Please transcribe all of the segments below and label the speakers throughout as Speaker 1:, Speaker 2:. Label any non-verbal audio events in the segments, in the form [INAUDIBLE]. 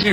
Speaker 1: 进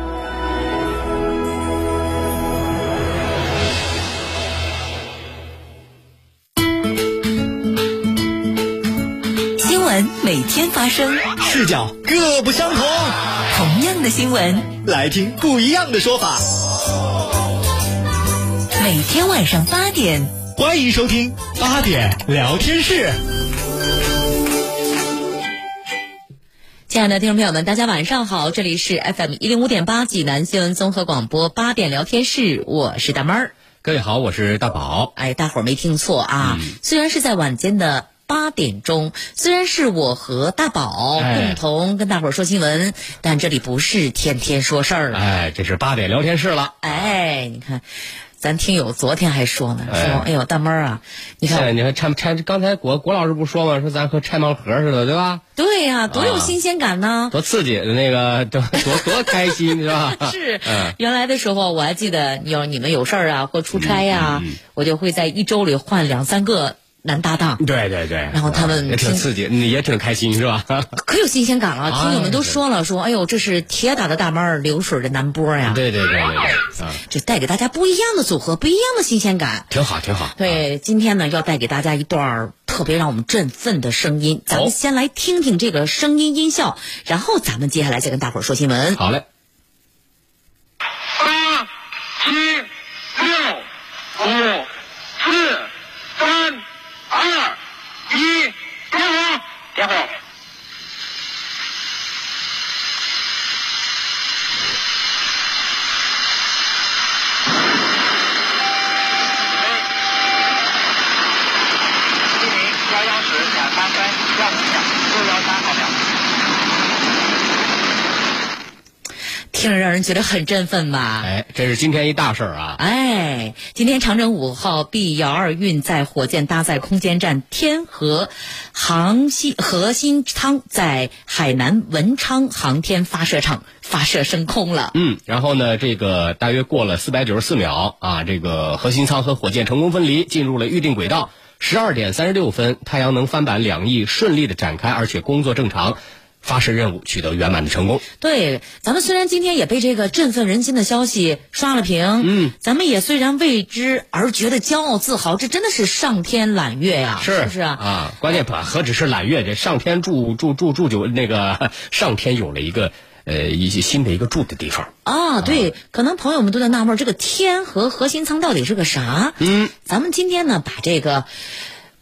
Speaker 2: 新闻每天发生，
Speaker 3: 视角各不相同，
Speaker 2: 同样的新闻，
Speaker 3: 来听不一样的说法。
Speaker 2: 每天晚上八点，
Speaker 3: 欢迎收听八点聊天室。
Speaker 2: 亲爱的听众朋友们，大家晚上好，这里是 FM 一零五点八济南新闻综合广播八点聊天室，我是大妹儿。
Speaker 1: 各位好，我是大宝。
Speaker 2: 哎，大伙儿没听错啊，
Speaker 1: 嗯
Speaker 2: 虽然是在晚间的。八点钟，虽然是我和大宝
Speaker 1: 哎
Speaker 2: 共同跟大伙儿说新闻，但这里不是天天说事儿了。
Speaker 1: 哎，这是八点聊天室了。
Speaker 2: 哎，你看，咱听友昨天还说呢，
Speaker 1: 哎
Speaker 2: 说哎呦大妹儿啊，你看
Speaker 1: 哎，你看拆拆，刚才国国老师不说吗？说咱和拆盲盒似的，对吧？
Speaker 2: 对呀、多有
Speaker 1: 啊
Speaker 2: 新鲜感呢！
Speaker 1: 多刺激，那个多多多开心，是吧？
Speaker 2: [LAUGHS] 是
Speaker 1: 嗯，
Speaker 2: 原来的时候我还记得，有你们有事儿啊或出差呀、我就会在一周里换两三个男搭档，
Speaker 1: 对对对。
Speaker 2: 然后他们
Speaker 1: 也挺
Speaker 2: 听
Speaker 1: 刺激，嗯也挺开心，是 [LAUGHS] 吧？
Speaker 2: 可有新鲜感了。听友们都说了，说哎呦这是铁打的大妹儿，流水的男波呀，
Speaker 1: 对对对对对，啊，
Speaker 2: 这带给大家不一样的组合，不一样的新鲜感。
Speaker 1: 挺好，挺好。
Speaker 2: 对，今天呢要带给大家一段儿特别让我们振奋的声音，咱们先来听听这个声音音效，然后咱们接下来再跟大伙儿说新闻。
Speaker 1: 好嘞，
Speaker 4: 八七六五四三二一，点火！点火！一零幺幺十两三分幺五秒六幺三毫秒。
Speaker 2: 听着让人觉得很振奋吧？
Speaker 1: 哎，这是今天一大事儿啊！
Speaker 2: 哎，今天长征五号 B 幺二运载火箭搭载空间站天河航西核心舱在海南文昌航天发射场发射升空了。
Speaker 1: 嗯，然后呢，这个大约过了四百九十四秒啊，这个核心舱和火箭成功分离，进入了预定轨道。十二点三十六分，太阳能帆板两翼顺利的展开，而且工作正常，发射任务取得圆满的成功。
Speaker 2: 对，咱们虽然今天也被这个振奋人心的消息刷了屏，嗯，咱们也虽然为之而觉得骄傲自豪，这真的是上天揽月呀、是不是啊？
Speaker 1: 啊，关键不何止是揽月，这上天祝祝祝祝酒那个 [LAUGHS] 上天有了一个呃一些新的一个住的地方。
Speaker 2: 啊，对，可能朋友们都在纳闷儿，这个天和核心舱到底是个啥？嗯，咱们今天呢，把这个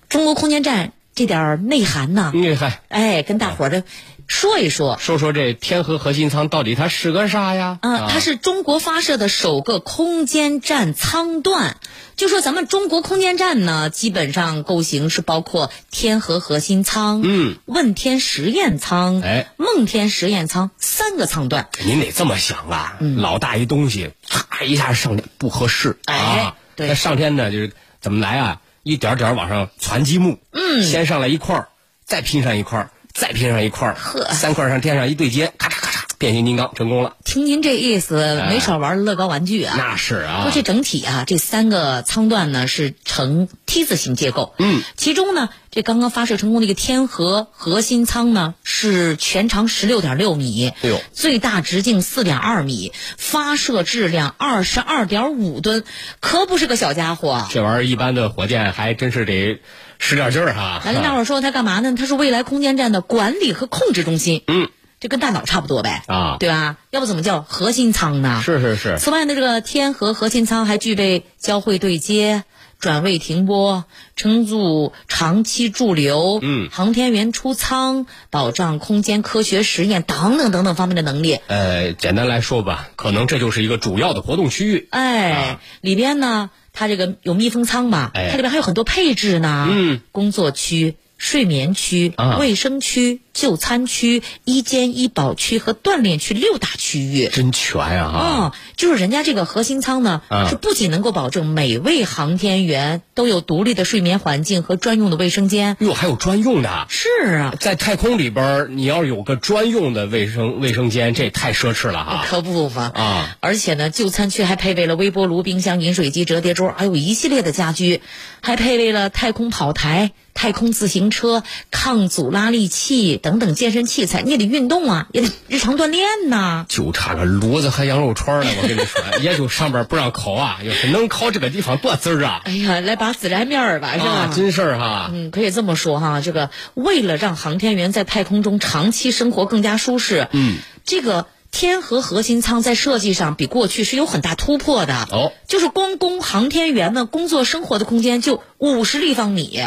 Speaker 2: 中国空间站这点儿内涵呢，
Speaker 1: 你看，
Speaker 2: 哎，跟大伙儿的说一说。
Speaker 1: 说说这天河核心舱到底它是个啥呀？
Speaker 2: 啊，它是中国发射的首个空间站舱段。就说咱们中国空间站呢，基本上构型是包括天河核心舱、嗯、问天实验舱、
Speaker 1: 哎
Speaker 2: 梦天实验舱三个舱段。
Speaker 1: 您得这么想啊，老大一东西，嚓一下上天不合适、
Speaker 2: 嗯哎
Speaker 1: 啊。
Speaker 2: 对
Speaker 1: 那上天呢，就是怎么来啊？一点点往上攒积木，嗯，先上来一块儿，再拼上一块儿，再拼上一块儿，三块儿上天上一对接，咔嚓咔嚓，变形金刚成功了。
Speaker 2: 听您这意思，没少玩乐高玩具啊。
Speaker 1: 那是
Speaker 2: 不
Speaker 1: 啊
Speaker 2: 过，这整体啊，这三个舱段呢是呈 T 字形结构。嗯，其中呢，这刚刚发射成功的一个天河核心舱呢，是全长十六点六米，
Speaker 1: 哎呦
Speaker 2: 最大直径四点二米，发射质量二十二点五吨，可不是个小家伙啊。
Speaker 1: 这玩意儿一般的火箭还真是得使点劲儿哈。
Speaker 2: 咱跟大伙儿说它干嘛呢？它是未来空间站的管理和控制中心。嗯，这跟大脑差不多呗。
Speaker 1: [LAUGHS] 啊
Speaker 2: 对吧？要不怎么叫核心舱呢？
Speaker 1: 是是是，
Speaker 2: 此外呢，这个天河核心舱还具备交会对接、转位停泊、乘坐长期驻留、嗯、航天员出舱、保障空间科学实验等等等等方面的能力。
Speaker 1: 呃，简单来说吧，可能这就是一个主要的活动区域。
Speaker 2: 哎，
Speaker 1: 啊
Speaker 2: 里边呢，它这个有密封舱嘛，
Speaker 1: 哎
Speaker 2: 它里边还有很多配置呢，
Speaker 1: 嗯，
Speaker 2: 工作区、睡眠区、
Speaker 1: 啊
Speaker 2: 卫生区、就餐区、医监医保区和锻炼区六大区域。
Speaker 1: 真全啊！
Speaker 2: 啊、就是人家这个核心舱呢，
Speaker 1: 啊
Speaker 2: 是不仅能够保证每位航天员都有独立的睡眠环境和专用的卫生间，
Speaker 1: 哟，还有专用的，
Speaker 2: 是啊，
Speaker 1: 在太空里边儿，你要有个专用的卫生卫生间，这也太奢侈了哈！
Speaker 2: 可不嘛
Speaker 1: 啊！
Speaker 2: 而且呢，就餐区还配备了微波炉、冰箱、饮水机、折叠桌，还有一系列的家居，还配备了太空跑台、太空自行车、抗阻拉力器等等健身器材。你也得运动啊，也得日常锻炼呐、
Speaker 1: 就差个骡子和羊肉串儿了，我跟你说，也就上边不让烤
Speaker 2: [LAUGHS]
Speaker 1: 啊，要是能烤这个地方多滋儿啊！
Speaker 2: 哎呀，来把孜然面儿吧，是吧？
Speaker 1: 啊，真事儿哈！
Speaker 2: 嗯，可以这么说哈，这个为了让航天员在太空中长期生活更加舒适，嗯，这个天河核心舱在设计上比过去是有很大突破的。
Speaker 1: 哦，
Speaker 2: 就是光供航天员们工作生活的空间就五十立方米，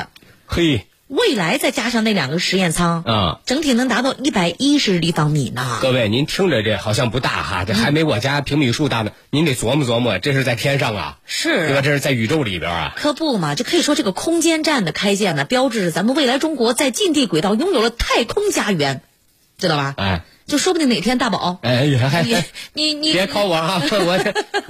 Speaker 1: 嘿，
Speaker 2: 未来再加上那两个实验舱，
Speaker 1: 啊，
Speaker 2: 整体能达到一百一十立方米呢。
Speaker 1: 各位，您听着这好像不大哈，这还没我家平米数大呢。您得琢磨琢磨，这是在天上啊，对吧？
Speaker 2: 是。
Speaker 1: 这是在宇宙里边啊。
Speaker 2: 科布嘛，这可以说这个空间站的开建呢，标志着咱们未来中国在近地轨道拥有了太空家园，知道吧？
Speaker 1: 哎
Speaker 2: 就说不定哪天大宝，
Speaker 1: 哎，还还 [LAUGHS]
Speaker 2: 你你你
Speaker 1: 别考我
Speaker 2: [LAUGHS]
Speaker 1: 啊！我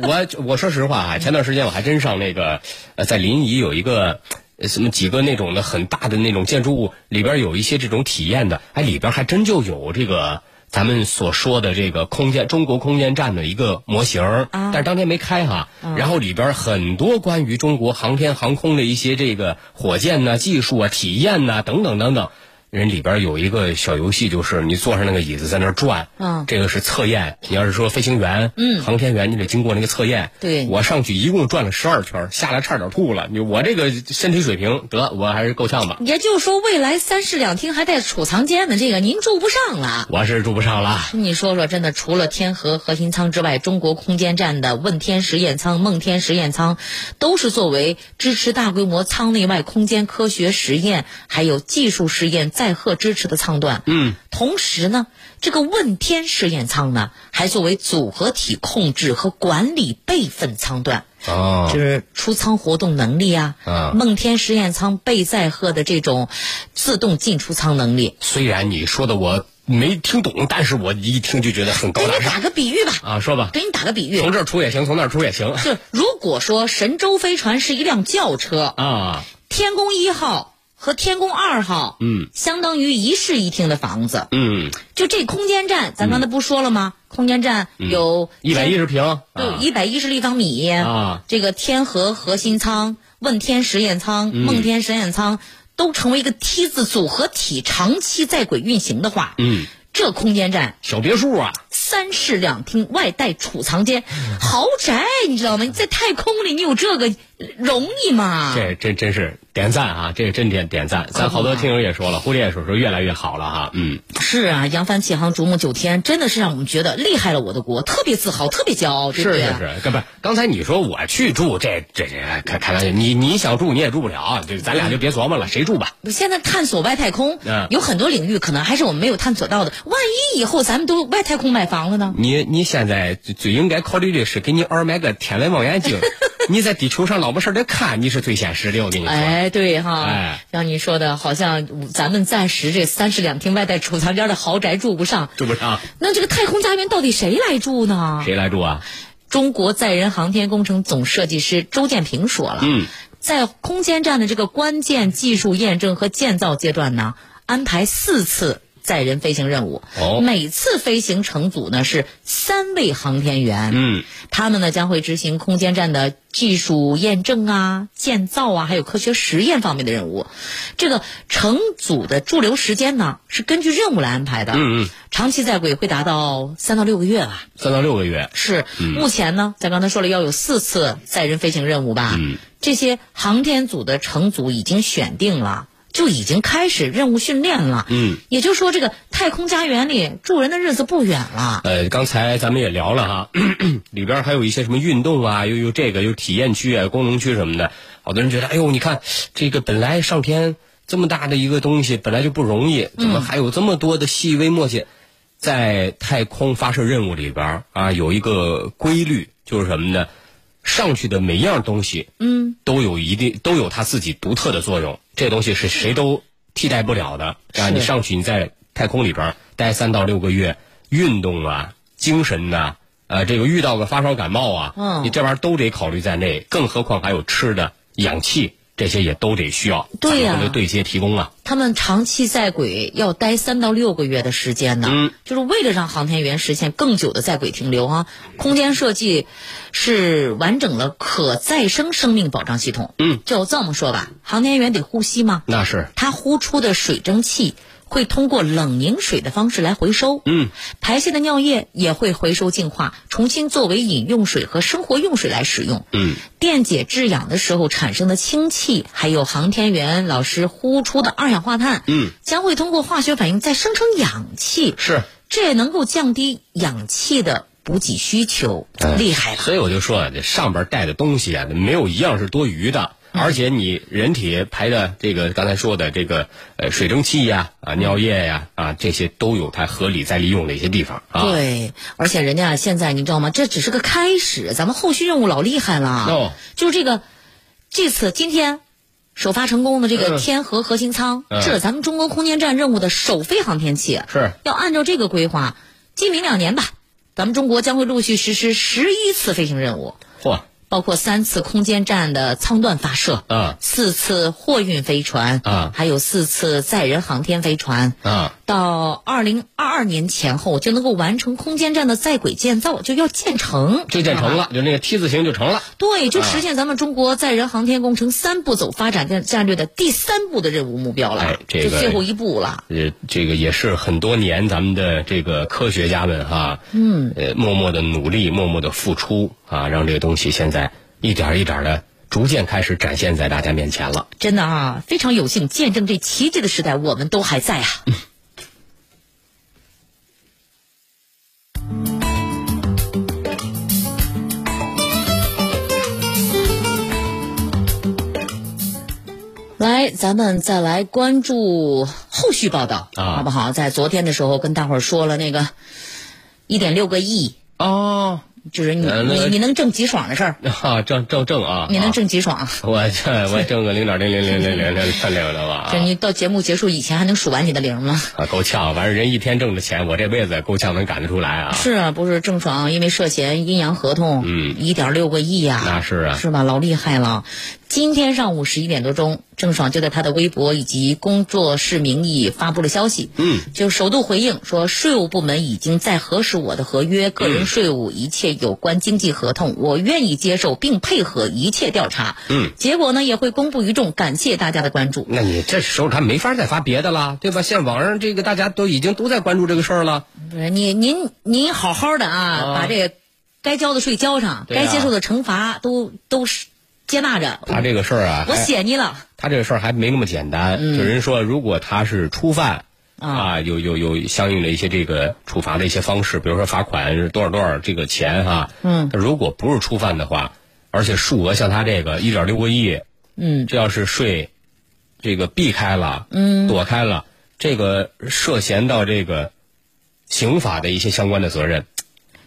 Speaker 1: 我我说实话啊，前段时间我还真上那个呃，在临沂有一个。呃什么几个那种的很大的那种建筑物里边有一些这种体验的，哎，里边还真就有这个咱们所说的这个空间中国空间站的一个模型，
Speaker 2: 啊
Speaker 1: 但是当天没开哈。然后里边很多关于中国航天航空的一些这个火箭呐、技术啊、体验呐、等等等等，人里边有一个小游戏，就是你坐上那个椅子在那儿转，
Speaker 2: 嗯
Speaker 1: 这个是测验。你要是说飞行员、嗯，航天员，你得经过那个测验。
Speaker 2: 对
Speaker 1: 我上去一共转了十二圈，下来差点吐了。你我这个身体水平，得我还是够呛吧，
Speaker 2: 也就是说，未来三室两厅还带储藏间的这个，您住不上了。
Speaker 1: 我是住不上了。
Speaker 2: 你说说，真的，除了天河核心舱之外，中国空间站的问天实验舱、梦天实验舱，都是作为支持大规模舱内外空间科学实验还有技术实验载荷支持的舱段。嗯，同时呢，这个问天实验舱呢，还作为组合体控制和管理备份舱段。
Speaker 1: 哦
Speaker 2: 就，是出舱活动能力啊，
Speaker 1: 啊
Speaker 2: 梦天实验舱备载荷的这种自动进出舱能力。
Speaker 1: 虽然你说的我没听懂，但是我一听就觉得很
Speaker 2: 给
Speaker 1: 高
Speaker 2: 你
Speaker 1: 大上
Speaker 2: 打个比喻吧，
Speaker 1: 啊。说吧，
Speaker 2: 给你打个比喻，
Speaker 1: 从这儿出也行，从那儿出也行
Speaker 2: 就如果说神舟飞船是一辆轿车，
Speaker 1: 啊。
Speaker 2: 天宫一号和天宫二号，
Speaker 1: 嗯，
Speaker 2: 相当于一室一厅的房子。
Speaker 1: 嗯，
Speaker 2: 就这空间站，咱刚才不是说了吗？空间站有
Speaker 1: 嗯一百一十平，啊
Speaker 2: 对，一百一十立方米
Speaker 1: 啊
Speaker 2: 这个天河核心舱、问天实验舱、
Speaker 1: 嗯
Speaker 2: 梦天实验舱都成为一个 T 字组合体，长期在轨运行的话，
Speaker 1: 嗯，
Speaker 2: 这空间站
Speaker 1: 小别墅啊。
Speaker 2: 三室两厅，外带储藏间，
Speaker 1: 嗯
Speaker 2: 豪宅，你知道吗？你在太空里，你有这个容易吗？
Speaker 1: 这真真是点赞啊！这真点点赞，咱好多听友也说了，蝴蝶也说说越来越好了哈，嗯，
Speaker 2: 是啊，扬帆起航，逐梦九天，真的是让我们觉得厉害了我的国，特别自豪，特别骄傲，对不
Speaker 1: 是
Speaker 2: 对？
Speaker 1: 是是，刚不是刚才你说我去住这这这开开玩笑，你你想住你也住不了，就咱俩就别琢磨了，谁住吧？
Speaker 2: 现在探索外太空，
Speaker 1: 嗯
Speaker 2: 有很多领域可能还是我们没有探索到的。万一以后咱们都外太空买房了呢？
Speaker 1: 你你现在最最应该考虑的是给你儿买个天文望远 [LAUGHS] 镜，你在地球上老没事儿的看，你是最现实的，我跟你说。
Speaker 2: 哎，对哈，
Speaker 1: 哎
Speaker 2: 像你说的，好像咱们暂时这三室两厅外带储藏间的豪宅住不上，
Speaker 1: 住不上，
Speaker 2: 那这个太空家园到底谁来住呢？
Speaker 1: 谁来住啊？
Speaker 2: 中国载人航天工程总设计师周建平说了，
Speaker 1: 嗯，
Speaker 2: 在空间站的这个关键技术验证和建造阶段呢，安排四次载人飞行任务，
Speaker 1: 哦
Speaker 2: 每次飞行乘组呢是三位航天员，
Speaker 1: 嗯，
Speaker 2: 他们呢将会执行空间站的技术验证啊、建造啊，还有科学实验方面的任务。这个乘组的驻留时间呢是根据任务来安排的，
Speaker 1: 嗯嗯，
Speaker 2: 长期在轨会达到三到六个月吧。
Speaker 1: 三到六个月，
Speaker 2: 是，
Speaker 1: 嗯
Speaker 2: 目前呢，咱刚才说了要有四次载人飞行任务吧？
Speaker 1: 嗯
Speaker 2: 这些航天组的乘组已经选定了。就已经开始任务训练了，
Speaker 1: 嗯，
Speaker 2: 也就是说，这个太空家园里住人的日子不远了。
Speaker 1: 呃，刚才咱们也聊了哈， [CLEARS THROAT] 咳咳里边还有一些什么运动啊，又又这个又体验区啊、功能区什么的。好多人觉得，哎呦，你看这个本来上天这么大的一个东西，本来就不容易，怎么还有这么多的细微末节？在太空发射任务里边儿啊，有一个规律，就是什么呢？上去的每样东西，嗯，都有一定都有它自己独特的作用。这东西是谁都替代不了的啊！
Speaker 2: 是
Speaker 1: 你上去你在太空里边儿待三到六个月，运动啊、精神呐、呃，这个遇到个发烧感冒啊，
Speaker 2: 嗯
Speaker 1: 你这玩意儿都得考虑在内，更何况还有吃的、氧气这些也都得需要
Speaker 2: 对呀
Speaker 1: 咱们的对接提供啊。
Speaker 2: 他们长期在轨要待三到六个月的时间呢，
Speaker 1: 嗯
Speaker 2: 就是为了让航天员实现更久的在轨停留啊。空间设计是完整了可再生生命保障系统。
Speaker 1: 嗯，
Speaker 2: 就这么说吧，航天员得呼吸吗？
Speaker 1: 那是，
Speaker 2: 它呼出的水蒸气会通过冷凝水的方式来回收，
Speaker 1: 嗯，
Speaker 2: 排泄的尿液也会回收净化，重新作为饮用水和生活用水来使用，
Speaker 1: 嗯，
Speaker 2: 电解质氧的时候产生的氢气，还有航天员老师呼出的二氧化碳，
Speaker 1: 嗯，
Speaker 2: 将会通过化学反应再生成氧气，
Speaker 1: 是，
Speaker 2: 这也能够降低氧气的补给需求，厉害了，
Speaker 1: 哎所以我就说啊，这上边带的东西啊，没有一样是多余的。而且你人体排的这个刚才说的这个呃水蒸气呀啊尿液呀啊这些都有它合理再利用的一些地方啊。
Speaker 2: 对，而且人家现在你知道吗？这只是个开始，咱们后续任务老厉害了。
Speaker 1: 哦
Speaker 2: 就是这个，这次今天首发成功的这个
Speaker 1: 嗯
Speaker 2: 天河核心舱，
Speaker 1: 嗯
Speaker 2: 这是咱们中国空间站任务的首飞航天器。
Speaker 1: 是
Speaker 2: 要按照这个规划，今明两年吧，咱们中国将会陆续实施十一次飞行任务，
Speaker 1: 嚯，
Speaker 2: 包括三次空间站的舱段发射。
Speaker 1: 啊
Speaker 2: 四次货运飞船
Speaker 1: 啊
Speaker 2: 还有四次载人航天飞船
Speaker 1: 啊，
Speaker 2: 到二零二二年前后就能够完成空间站的在轨建造，就要建成，啊
Speaker 1: 就建 [LAUGHS] 成了，就那个 T 字形就成了。
Speaker 2: 对，
Speaker 1: 啊
Speaker 2: 就实现咱们中国载人航天工程三步走发展战战略的第三步的任务目标了，
Speaker 1: 哎这个
Speaker 2: 就最后一步了。
Speaker 1: 呃，这个也是很多年咱们的这个科学家们哈、嗯，呃，默默的努力，默默的付出啊，让这个东西现在一点儿一点的逐渐开始展现在大家面前了。
Speaker 2: 真的啊，非常有幸见证这奇迹的时代，我们都还在啊。
Speaker 1: 嗯
Speaker 2: 来，咱们再来关注后续报道，
Speaker 1: 啊
Speaker 2: 好不好？在昨天的时候跟大伙儿说了那个一点六个亿，
Speaker 1: 哦，
Speaker 2: 就是你、
Speaker 1: 呃那
Speaker 2: 你你能挣几爽的事儿，
Speaker 1: [LAUGHS] 啊，挣挣挣啊！
Speaker 2: 你能
Speaker 1: 啊
Speaker 2: 挣几爽？
Speaker 1: 我这我挣个零点零零零零零零零零的吧
Speaker 2: 就？你到节目结束以前还能数完你的零吗？
Speaker 1: 啊，够呛！反正人一天挣的钱，我这辈子也够呛能赶得出来啊！
Speaker 2: 是啊，不是郑爽因为涉嫌阴阳合同，
Speaker 1: 嗯
Speaker 2: 一点六个亿呀、
Speaker 1: 那是啊
Speaker 2: 是吧？老厉害了。今天上午十一点多钟，郑爽就在她的微博以及工作室名义发布了消息，
Speaker 1: 嗯，
Speaker 2: 就首度回应说，税务部门已经在核实我的合约、个
Speaker 1: 嗯
Speaker 2: 人税务一切有关经济合同，我愿意接受并配合一切调查，
Speaker 1: 嗯，
Speaker 2: 结果呢也会公布于众，感谢大家的关注。
Speaker 1: 那你这时候他没法再发别的了，对吧？现在网上这个大家都已经都在关注这个事儿了。
Speaker 2: 不是你您您好好的啊，
Speaker 1: 啊
Speaker 2: 把这个该交的税交上，
Speaker 1: 对啊
Speaker 2: 该接受的惩罚都都是接纳着。
Speaker 1: 他这个事儿啊，
Speaker 2: 我
Speaker 1: 还
Speaker 2: 写嗯你了，
Speaker 1: 他这个事儿还没那么简单。有人说，如果他是初犯。啊，有有有相应的一些这个处罚的一些方式，比如说罚款是多少多少这个钱啊。嗯，如果不是初犯的话，而且数额像他这个一点六个亿，
Speaker 2: 嗯，
Speaker 1: 这要是税，这个避开了，嗯，躲开了，这个涉嫌到这个刑法的一些相关的责任，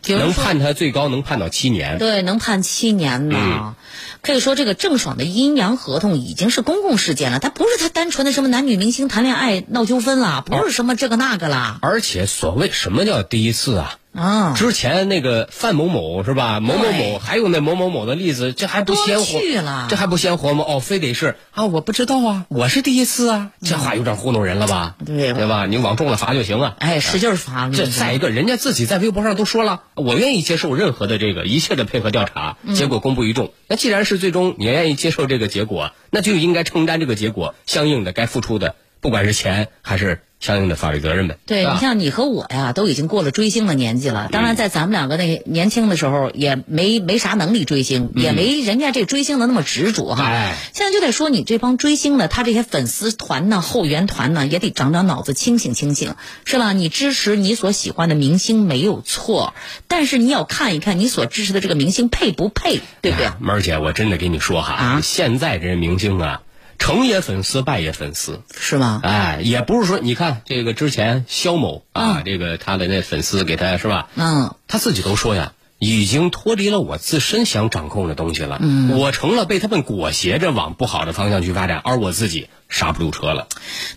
Speaker 2: 有人
Speaker 1: 能
Speaker 2: 说
Speaker 1: 判他最高能判到七年。
Speaker 2: 对能判七年呢。
Speaker 1: 嗯
Speaker 2: 可以说，这个郑爽的阴阳合同已经是公共事件了，它不是他单纯的什么男女明星谈恋爱闹纠纷啦，
Speaker 1: 哦
Speaker 2: 不是什么这个那个啦
Speaker 1: 而且，所谓什么叫第一次啊？
Speaker 2: 啊，
Speaker 1: 之前那个范某某是吧？某某某，
Speaker 2: 对
Speaker 1: 还有那某某某的例子，这还不
Speaker 2: 多
Speaker 1: 鲜
Speaker 2: 了
Speaker 1: 活？
Speaker 2: 去了
Speaker 1: 这还不鲜活吗？哦，非得是啊，我不知道啊，我是第一次啊，这话有点糊弄人了吧？
Speaker 2: 嗯对
Speaker 1: 对吧？你往重了罚就行啊。
Speaker 2: 哎，使劲罚
Speaker 1: 这再一个，人家自己在微博上都说了，我愿意接受任何的这个一切的配合调查，
Speaker 2: 嗯
Speaker 1: 结果公布于众。那既然是最终你愿意接受这个结果，那就应该承担这个结果相应的该付出的，不管是钱还是相应的法律责任呗。
Speaker 2: 对你
Speaker 1: 吧？
Speaker 2: 像你和我呀，都已经过了追星的年纪了。当然，在咱们两个那年轻的时候，也没没啥能力追星，也没人家这追星的那么执着哈。
Speaker 1: 哎
Speaker 2: 现在就得说你这帮追星的，他这些粉丝团呢、后援团呢，也得长长脑子，清醒清醒，是吧？你支持你所喜欢的明星没有错，但是你要看一看你所支持的这个明星配不配，对
Speaker 1: [LAUGHS]
Speaker 2: 不对？
Speaker 1: 哎门儿姐，我真的跟你说哈，
Speaker 2: 啊
Speaker 1: 现在这些明星啊，成也粉丝，败也粉丝。
Speaker 2: 是吗？
Speaker 1: 哎，也不是说你看这个之前肖某啊，这个他的那粉丝给他是吧？
Speaker 2: 嗯，
Speaker 1: 他自己都说呀，已经脱离了我自身想掌控的东西了。嗯，我成了被他们裹挟着往不好的方向去发展，而我自己刹不住车了，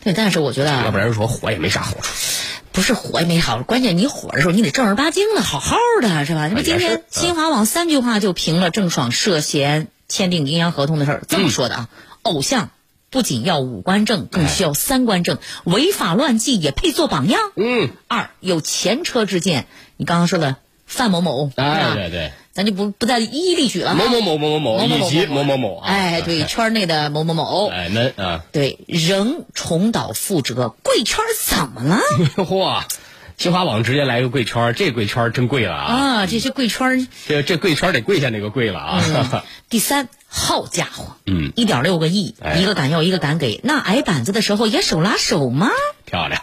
Speaker 2: 对，但是我觉得
Speaker 1: 要
Speaker 2: 啊，
Speaker 1: 不然说火也没啥好处。
Speaker 2: 不是火也没好，关键你火的时候你得正儿八经的，好好的，是吧？这不今
Speaker 1: 也是
Speaker 2: 天
Speaker 1: 嗯
Speaker 2: 新华网三句话就评了郑爽涉嫌签订阴阳合同的事儿，这么说的
Speaker 1: 嗯
Speaker 2: 啊：偶像不仅要五官正，更需要三观正，违法乱纪也配做榜样。
Speaker 1: 嗯，
Speaker 2: 二有前车之鉴，你刚刚说的范某某，是
Speaker 1: 哎，
Speaker 2: 吧
Speaker 1: 对对，
Speaker 2: 咱就不不再一一例举了。
Speaker 1: 某某某某某某
Speaker 2: 某某
Speaker 1: 以及
Speaker 2: 某
Speaker 1: 啊某某某啊，
Speaker 2: 哎，对，圈内的某某某，
Speaker 1: [LAUGHS] 哎，那啊， [LAUGHS]
Speaker 2: 对，仍重蹈覆辙，贵圈儿怎么了？
Speaker 1: 嗯嚯，新华网直接来个跪圈儿，这跪圈儿真跪了啊！
Speaker 2: 啊，这些贵圈儿
Speaker 1: 这这跪圈儿得跪下那个跪了啊！
Speaker 2: [LAUGHS] 第三，好家伙，
Speaker 1: 嗯
Speaker 2: 一点六个亿，
Speaker 1: 哎
Speaker 2: 一个敢要，一个敢给，那挨板子的时候也手拉手吗？
Speaker 1: [LAUGHS] 漂亮。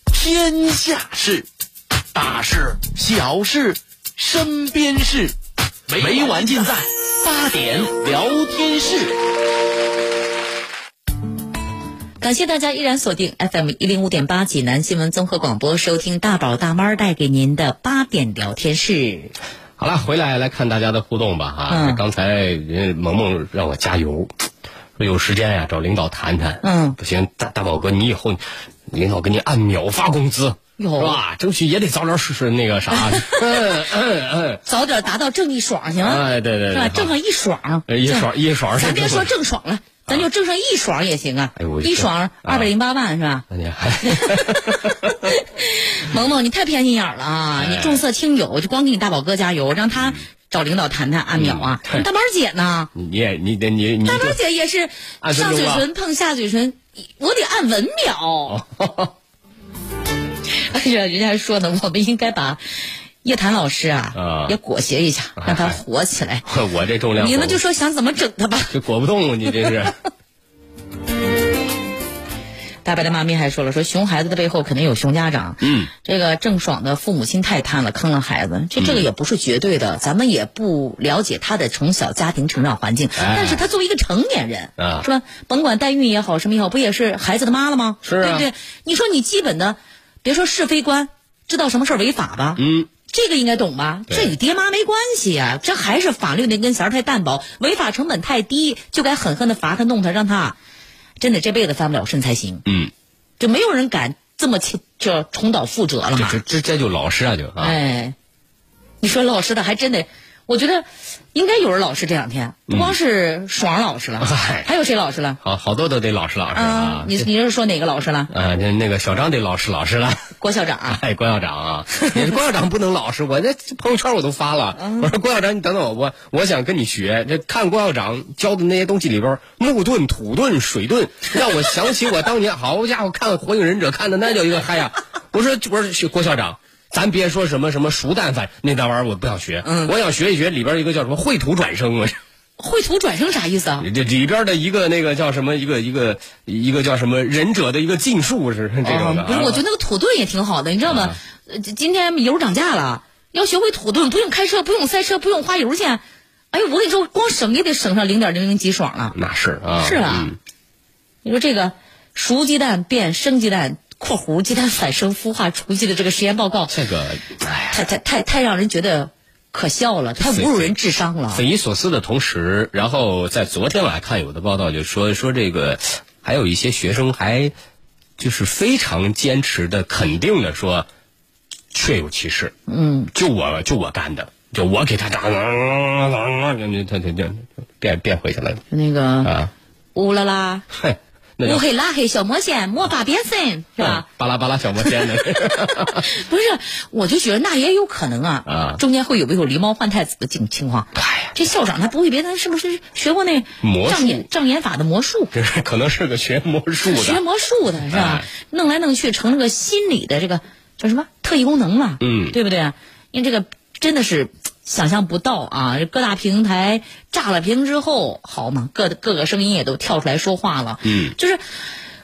Speaker 5: 天下事，大事、小事、身边事，每晚尽在八点聊天室。
Speaker 2: 感谢大家依然锁定 FM 一零五点八济南新闻综合广播，收听大宝大妈儿带给您的八点聊天室。
Speaker 1: 好了，回来来看大家的互动吧哈、
Speaker 2: 嗯
Speaker 1: 刚才人家萌萌让我加油，说有时间呀、找领导谈谈。
Speaker 2: 嗯
Speaker 1: 不行，大大宝哥，你以后领导给你按秒发工资，是
Speaker 2: 哟
Speaker 1: 吧？争取也得早点试试那
Speaker 2: [LAUGHS]
Speaker 1: 个啥。 [LAUGHS] 嗯嗯嗯，
Speaker 2: 早点达到正一爽行吗？
Speaker 1: 哎，对对
Speaker 2: 是
Speaker 1: 对，
Speaker 2: 吧？正上一爽，
Speaker 1: 哎一爽一爽是
Speaker 2: 咱
Speaker 1: 正
Speaker 2: 别说
Speaker 1: 爽
Speaker 2: 郑爽了，咱就郑上一爽也行啊
Speaker 1: 哎呦我。
Speaker 2: 一爽
Speaker 1: 啊
Speaker 2: 二百零八万是吧？
Speaker 1: 那你
Speaker 2: [LAUGHS]
Speaker 1: 还
Speaker 2: 萌萌，你太偏心眼儿了啊！
Speaker 1: 哎
Speaker 2: 你重色轻友，我就光给你大宝哥加油，让他找领导谈谈按秒啊。
Speaker 1: 嗯
Speaker 2: 大宝姐呢？
Speaker 1: 你也你得你你
Speaker 2: 大宝
Speaker 1: 就
Speaker 2: 姐也是
Speaker 1: 按啊分
Speaker 2: 上
Speaker 1: 钟
Speaker 2: 嘴
Speaker 1: 吧
Speaker 2: 唇碰下嘴唇，我得按文秒。
Speaker 1: 哦
Speaker 2: [LAUGHS] 哎呀，人家还说呢，我们应该把叶檀老师啊
Speaker 1: 啊哎
Speaker 2: 也裹挟一下，让他火起来。
Speaker 1: 我这重量，
Speaker 2: 你们就说想怎么整他吧。
Speaker 1: 这裹不动，你这
Speaker 2: [LAUGHS]
Speaker 1: 是
Speaker 2: 大白的妈咪还说了，说熊孩子的背后肯定有熊家长。嗯，这个郑爽的父母亲太贪了，坑了孩子。这
Speaker 1: 嗯
Speaker 2: 这个也不是绝对的，咱们也不了解他的从小家庭成长环境。
Speaker 1: 哎
Speaker 2: 但是他作为一个成年人，
Speaker 1: 啊
Speaker 2: 是吧？甭管代孕也好，什么也好，不也是孩子的妈了吗？
Speaker 1: 是啊
Speaker 2: 对不对？你说你基本的，别说是非观，知道什么事儿违法吧？
Speaker 1: 嗯。
Speaker 2: 这个应该懂吧？
Speaker 1: 对
Speaker 2: 这与爹妈没关系啊，这还是法律那根弦儿太淡薄，违法成本太低，就该狠狠的罚他，弄他，让他真的这辈子翻不了身才行。
Speaker 1: 嗯，
Speaker 2: 就没有人敢这么去这重蹈覆辙了
Speaker 1: 这
Speaker 2: 嘛
Speaker 1: 这。这这就老实啊就啊，
Speaker 2: 哎，你说老师的还真得，我觉得应该有人老实这两天，
Speaker 1: 嗯
Speaker 2: 不光是爽老师了，
Speaker 1: 嗨
Speaker 2: 还有谁老实了？
Speaker 1: 好好多都得老实老实
Speaker 2: 啊
Speaker 1: 啊，。
Speaker 2: 你你是说哪个老实了？
Speaker 1: 啊，那那个小张得老实老实了。
Speaker 2: 郭校长啊、
Speaker 1: [LAUGHS] 哎，关校长啊，你说关校长不能老实，我这朋友圈我都发了。
Speaker 2: 嗯
Speaker 1: 我说关校长，你等等我，我我想跟你学。这看关校长教的那些东西里边，木盾、土盾、水盾，让我想起我当年，好家伙，看《火影忍者》看的那叫一个嗨呀！我说我说郭校长。咱别说什么什么熟蛋饭那那玩意儿，我不想学。
Speaker 2: 嗯
Speaker 1: 我想学一学里边一个叫什么绘图转生，我
Speaker 2: 绘图转生啥意思啊？
Speaker 1: [LAUGHS] 这里边的一个那个叫什么一个一个一个叫什么忍者的一个禁术是这种的。啊
Speaker 2: 哦不是，我觉得那个土遁也挺好的，你知道吗？呃今今天油涨价了，要学会土遁，不用开车，不用塞车，不用花油钱。哎呦，我跟你说，光省也得省上零点零零几爽了。
Speaker 1: 那是啊，
Speaker 2: 是啊，
Speaker 1: 嗯
Speaker 2: 你说这个熟鸡蛋变生鸡蛋（括弧鸡蛋反生孵化雏鸡）的这个实验报告，
Speaker 1: 这个哎呀。
Speaker 2: 太太太太让人觉得可笑了，太侮辱人智商了。
Speaker 1: 匪夷所思的同时，然后在昨天我还看有的报道就说说这个，还有一些学生还就是非常坚持的、肯定的说，确有其事。嗯，就我就我干的，就我给他打，他他他变变回去了
Speaker 2: 那个
Speaker 1: 啊！
Speaker 2: 乌拉拉
Speaker 1: 嘿，那啊叫嗯
Speaker 2: 乌黑拉黑小魔仙，莫巴别森是吧？
Speaker 1: 巴拉巴拉小魔仙
Speaker 2: [LAUGHS]
Speaker 1: 的，
Speaker 2: 不是，我就觉得那也有可能啊，
Speaker 1: 啊
Speaker 2: 中间会有没有狸猫换太子的情情况。
Speaker 1: 哎呀，
Speaker 2: 这校长他不会别的，是不是学过那
Speaker 1: 魔术
Speaker 2: 障眼障眼法的魔术？
Speaker 1: 这是可能是个学魔术
Speaker 2: 学
Speaker 1: 的，
Speaker 2: 魔术的是吧
Speaker 1: 哎？
Speaker 2: 弄来弄去成了个心理的这个叫什么特异功能了，
Speaker 1: 嗯
Speaker 2: 对不对？因为这个真的是想象不到啊！各大平台炸了屏之后，好嘛，各各个声音也都跳出来说话了，
Speaker 1: 嗯，
Speaker 2: 就是。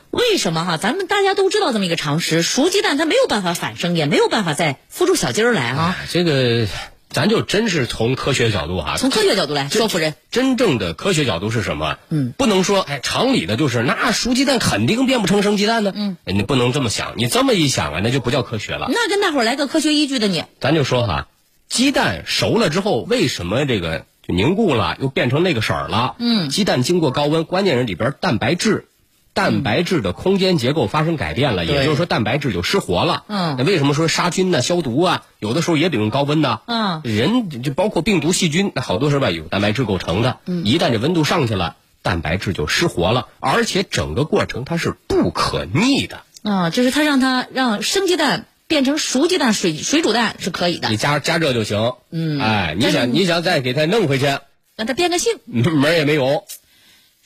Speaker 2: 为什么哈、咱们大家都知道这么一个常识，熟鸡蛋它没有办法反生，也没有办法再孵出小鸡儿来啊。
Speaker 1: 哎这个咱就真是从科学角度啊，
Speaker 2: 从科学角度来
Speaker 1: 这
Speaker 2: 说服人，
Speaker 1: 真正的科学角度是什么？
Speaker 2: 嗯，
Speaker 1: 不能说哎，常理的就是那熟鸡蛋肯定变不成生鸡蛋呢。嗯，你不能这么想，你这么一想啊，那就不叫科学了。
Speaker 2: 那跟大伙儿来个科学依据的你，
Speaker 1: 咱就说哈，鸡蛋熟了之后，为什么这个就凝固了，又变成那个色儿了？
Speaker 2: 嗯
Speaker 1: 鸡蛋经过高温，关键是里边蛋白质。蛋白质的空间结构发生改变了，
Speaker 2: 嗯对
Speaker 1: 也就是说蛋白质就失活了。
Speaker 2: 嗯
Speaker 1: 那为什么说杀菌呢、消毒啊，有的时候也得用高温呢？
Speaker 2: 嗯
Speaker 1: 人就包括病毒、细菌，那好多是吧，有蛋白质构成的。嗯，一旦这温度上去了，蛋白质就失活了，而且整个过程它是不可逆的。
Speaker 2: 啊，就是他让他让生鸡蛋变成熟鸡蛋、水水煮蛋是可以的
Speaker 1: 你，加加热就行。
Speaker 2: 嗯
Speaker 1: 哎，你
Speaker 2: 但是
Speaker 1: 想你想再给它弄回去，
Speaker 2: 让它变个性。
Speaker 1: [LAUGHS] 门儿也没有。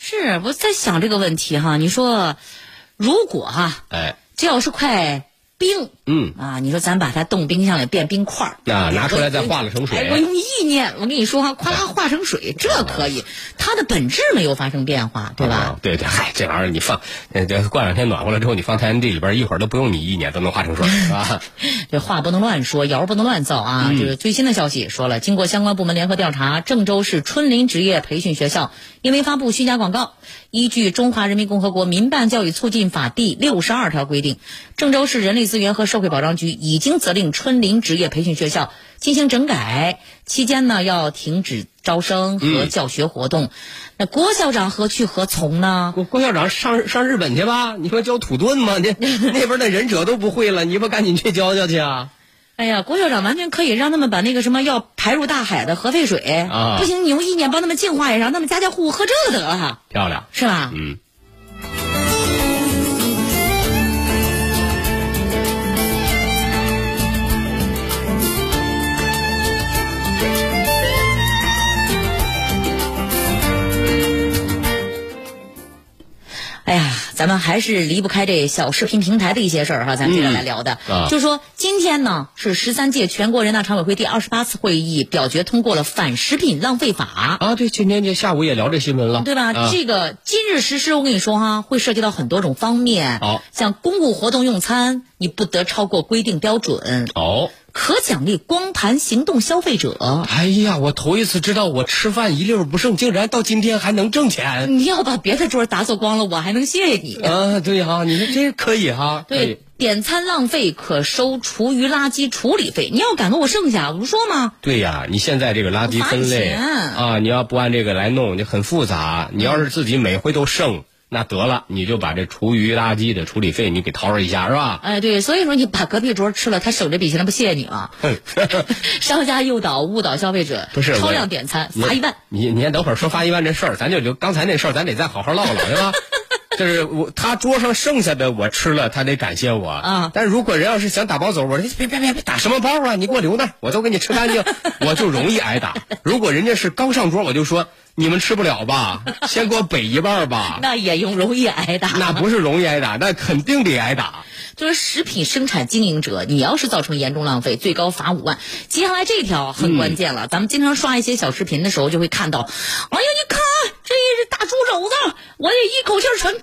Speaker 2: 是，我在想这个问题哈。你说，如果哈，
Speaker 1: 哎，
Speaker 2: 这要是块冰
Speaker 1: 嗯，
Speaker 2: 啊，你说咱把它冻冰箱里变冰块儿，哎
Speaker 1: 那啊拿出来再化了成
Speaker 2: 哎，我
Speaker 1: 水，
Speaker 2: 用意念，我跟你说哈，
Speaker 1: [LAUGHS]
Speaker 2: 夸啦化成水，这可以，它的本质没有发生变化，对吧？
Speaker 1: 啊？对对，嗨，这玩意儿你放，呃这过两天暖和了之后，你放太阳地里边，一会儿都不用你一年都能化
Speaker 2: [LAUGHS]
Speaker 1: 成水啊。
Speaker 2: 这话不能乱说，谣不能乱造啊！就是最新的消息也说了，经过相关部门联合调查，郑州市春林职业培训学校因为发布虚假广告，依据《中华人民共和国民办教育促进法》第六十二条规定，郑州市人力资源和社会保障局已经责令春林职业培训学校进行整改，期间呢要停止招生和教学活动。那郭校长何去何从呢？
Speaker 1: 郭郭校长上上日本去吧，你说教土遁吗？
Speaker 2: [LAUGHS]
Speaker 1: 那那边的忍者都不会了，你不赶紧去教教去啊？
Speaker 2: 哎呀，郭校长完全可以让他们把那个什么要排入大海的核废水，
Speaker 1: 啊
Speaker 2: 不行，你用意念帮他们净化一下，让他们家家户户喝这个得了哈，
Speaker 1: 漂亮，
Speaker 2: 是吧？
Speaker 1: 嗯。
Speaker 2: 哎呀，咱们还是离不开这小视频平台的一些事儿哈，咱接着来聊的。
Speaker 1: 啊
Speaker 2: 就说今天呢是十三届全国人大常委会第二十八次会议表决通过了反食品浪费法。
Speaker 1: 啊，对，今天这下午也聊这新闻了，
Speaker 2: 对吧？
Speaker 1: 啊
Speaker 2: 这个今日实施，我跟你说哈，会涉及到很多种方面。
Speaker 1: 好
Speaker 2: 像公共活动用餐，你不得超过规定标准；
Speaker 1: 哦，
Speaker 2: 可奖励光盘行动消费者。
Speaker 1: 哎呀，我头一次知道我吃饭一粒儿不剩，竟然到今天还能挣钱
Speaker 2: 你要把别的桌打扫光了，我还能谢谢你。
Speaker 1: 啊！对哈、你说这可以哈、哎可以
Speaker 2: 嗯对，点餐浪费可收厨余垃圾处理费。你要敢给我剩下，我不说吗？
Speaker 1: 对呀，你现在这个垃圾分类
Speaker 2: 麻烦
Speaker 1: 啊，你要不按这个来弄，就很复杂。你要是自己每回都剩，那得了，你就把这厨余垃圾的处理费你给掏了一下，是吧？
Speaker 2: 哎，对，所以说你把隔壁桌吃了，他省这笔钱，他不谢谢你吗？ [LAUGHS] 商家诱导、误导消费者，
Speaker 1: 哎不是
Speaker 2: 超
Speaker 1: 我
Speaker 2: 量点餐
Speaker 1: 你
Speaker 2: 罚一万。
Speaker 1: 你你先等会儿说罚一万这事儿，咱就就刚才那事儿，咱得再好好唠唠，对
Speaker 2: [LAUGHS]
Speaker 1: 吧？就是我他桌上剩下的我吃了，他得感谢我
Speaker 2: 啊
Speaker 1: 但如果人要是想打包走，我说别别别别打什么包啊，你给我留那儿，我都给你吃干
Speaker 2: [LAUGHS]
Speaker 1: 净，我就容易挨打。如果人家是刚上桌，我就说你们吃不了吧，先给我北一半儿吧。
Speaker 2: 那也用容易挨打，
Speaker 1: [LAUGHS] 那不是容易挨打，那肯定得挨打。
Speaker 2: 就是食品生产经营者，你要是造成严重浪费，最高罚五万。接下来这条很
Speaker 1: 嗯
Speaker 2: 关键了，咱们经常刷一些小视频的时候就会看到，哎呀，你看这是大猪肘子，我得一口气儿全干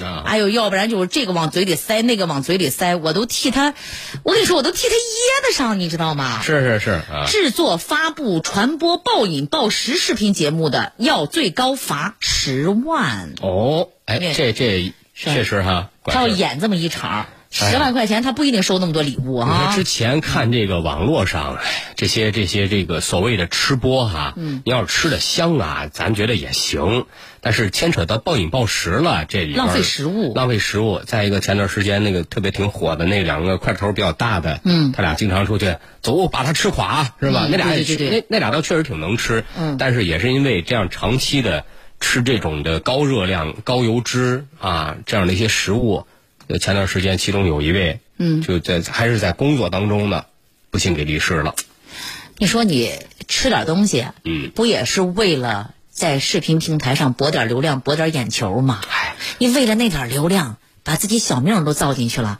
Speaker 2: 了
Speaker 1: 啊！
Speaker 2: 啊哎呦，要不然就是这个往嘴里塞，那个往嘴里塞，我都替他，我跟你说，我都替他噎得上，你知道吗？
Speaker 1: 是是是啊，
Speaker 2: 制作、发布、传播暴饮暴食视频节目的，要最高罚十万。
Speaker 1: 哦，哎，
Speaker 2: 对
Speaker 1: 这这
Speaker 2: 是
Speaker 1: 确实哈，
Speaker 2: 他要
Speaker 1: 管事
Speaker 2: 演这么一场，
Speaker 1: 哎
Speaker 2: 十万块钱他不一定收那么多礼物
Speaker 1: 你说
Speaker 2: 啊。
Speaker 1: 之前看这个网络上哎这些这些这个所谓的吃播哈，嗯，你要是吃的香啊，咱觉得也行，但是牵扯到暴饮暴食了，这里边儿
Speaker 2: 浪费食物
Speaker 1: 浪费食物。再一个，前段时间那个特别挺火的那两个块头比较大的，嗯，他俩经常出去走，把他吃垮是吧？
Speaker 2: 嗯
Speaker 1: 那俩
Speaker 2: 对
Speaker 1: 也
Speaker 2: 对对对
Speaker 1: 那那俩倒确实挺能吃，嗯，但是也是因为这样长期的。吃这种的高热量、高油脂啊这样的一些食物。呃前段时间，其中有一位，嗯，就在还是在工作当中呢，不幸给离世了。
Speaker 2: 你说你吃点东西，
Speaker 1: 嗯
Speaker 2: 不也是为了在视频平台上博点流量、博点眼球吗？
Speaker 1: 哎，
Speaker 2: 你为了那点流量，把自己小命都造进去了，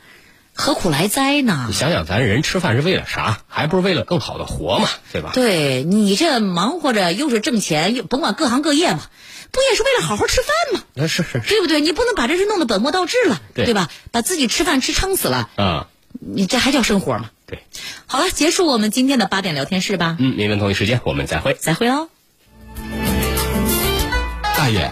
Speaker 2: 何苦来哉呢
Speaker 1: 你？想想，咱人吃饭是为了啥？还不是为了更好的活嘛，对吧？
Speaker 2: 对你这忙活着又是挣钱，又甭管各行各业嘛，不也是为了好好吃饭吗？
Speaker 1: 那是是是
Speaker 2: 对不对？你不能把这事弄得本末倒置了，
Speaker 1: 对
Speaker 2: 吧？把自己吃饭吃撑死了，
Speaker 1: 啊，
Speaker 2: 你这还叫生活吗？
Speaker 1: 对，
Speaker 2: 好了，结束我们今天的八点聊天室吧，
Speaker 1: 嗯，明天同一时间我们再会。
Speaker 2: 再会哦喽。
Speaker 3: 大爷，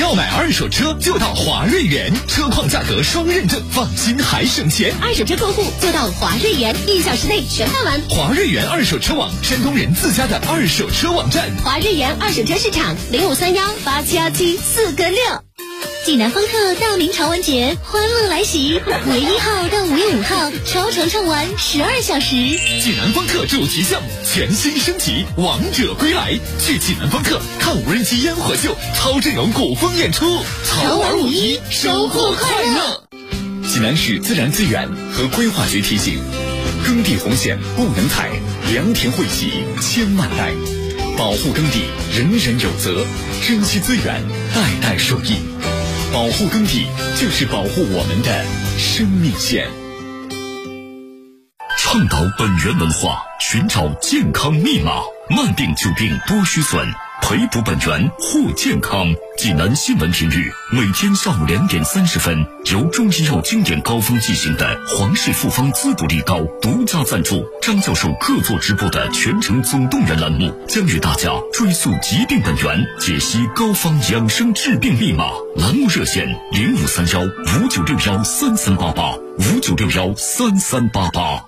Speaker 3: 要买二手车就到华瑞源，车况价格双认证，放心还省钱。
Speaker 2: 啊
Speaker 6: 二手车客户做到华瑞源，一小时内全办完。
Speaker 3: 华瑞源二手车网，山东人自家的二手车网站。
Speaker 6: 华瑞源二手车市场零五三幺八七幺七四个六。济南风客大明潮玩节欢乐来袭，五月一号到五月五号，潮城畅玩十二小时。
Speaker 3: 济南方特主题项目全新升级，王者归来。去济南方特看无人机烟火秀，超阵容古风演出，
Speaker 6: 潮玩五一收获快乐。
Speaker 7: 济南市自然资源和规划局提醒：耕地红线不能踩，良田惠及千万代。保护耕地，人人有责；珍惜资源，代代受益。保护耕地，就是保护我们的生命线。倡导本源文化，寻找健康密码。慢病久病多虚损，培补本源护健康。济南新闻频率每天下午两点三十分，由中医药经典高方进行的皇氏复方滋补力高独家赞助，张教授客座直播的全程总动员栏目，将与大家追溯疾病本源，解析高方养生治病密码。栏目热线零五三幺五九六幺三三八八五九六幺三三八八。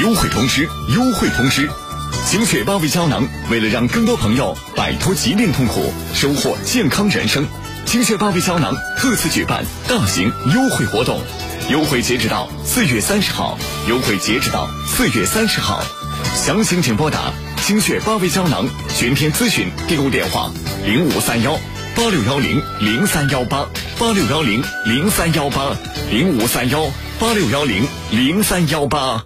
Speaker 7: 优惠通知，优惠通知！精血八味胶囊为了让更多朋友摆脱疾病痛苦，收获健康人生，精血八味胶囊特此举办大型优惠活动，优惠截止到四月三十号，优惠截止到四月三十号。详情请拨打精血八味胶囊全天咨询订购电话零五三幺八六幺零零三幺八八六幺零零三幺八零五三幺八六幺零零三幺八。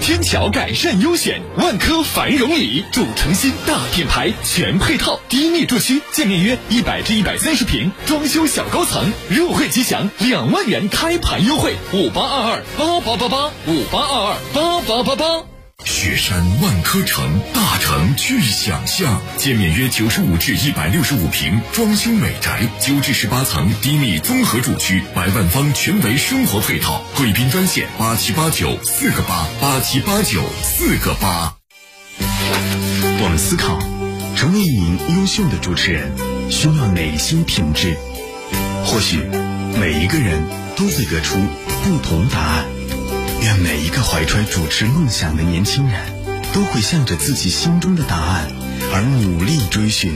Speaker 3: 天桥改善优选，万科繁荣里主城新大品牌，全配套，低密住区，建面约一百至一百三十平，装修小高层，入会吉祥两万元开盘优惠，五八二二八八八八五八二二八八八八。
Speaker 7: 雪山万科城，大城具想象。建面约九十五至一百六十五平，装修美宅，九至十八层低密综合住区，百万方全为生活配套。贵宾专线八七八九四个八八七八九四个八。
Speaker 8: 我们思考，成为一名优秀的主持人需要哪些品质？或许每一个人都会得出不同答案。愿每一个怀揣主持梦想的年轻人，都会向着自己心中的答案而努力追寻。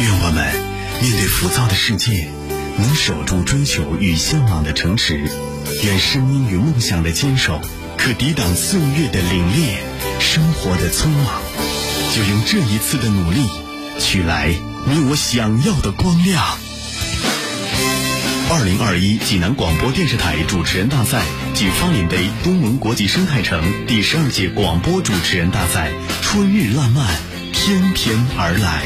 Speaker 8: 愿我们面对浮躁的世界，能守住追求与向往的城池；愿声音与梦想的坚守，可抵挡岁月的凛冽，生活的匆忙。就用这一次的努力，取来你我想要的光亮。二零二一济南广播电视台主持人大赛暨方领杯东盟国际生态城第十二届广播主持人大赛春日烂漫翩翩而来。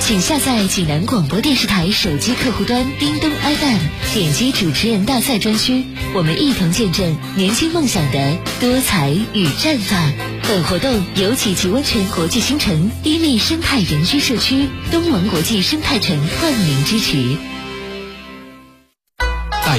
Speaker 6: 请下载济南广播电视台手机客户端叮咚 FM，点击主持人大赛专区，我们一同见证年轻梦想的多彩与绽放。本活动由启奇温泉国际新城低密生态园居社区、东盟国际生态城冠名支持。
Speaker 3: 大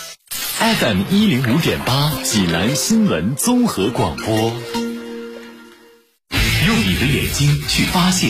Speaker 3: FM 一零五点八，济南新闻综合广播，用你的眼睛去发现。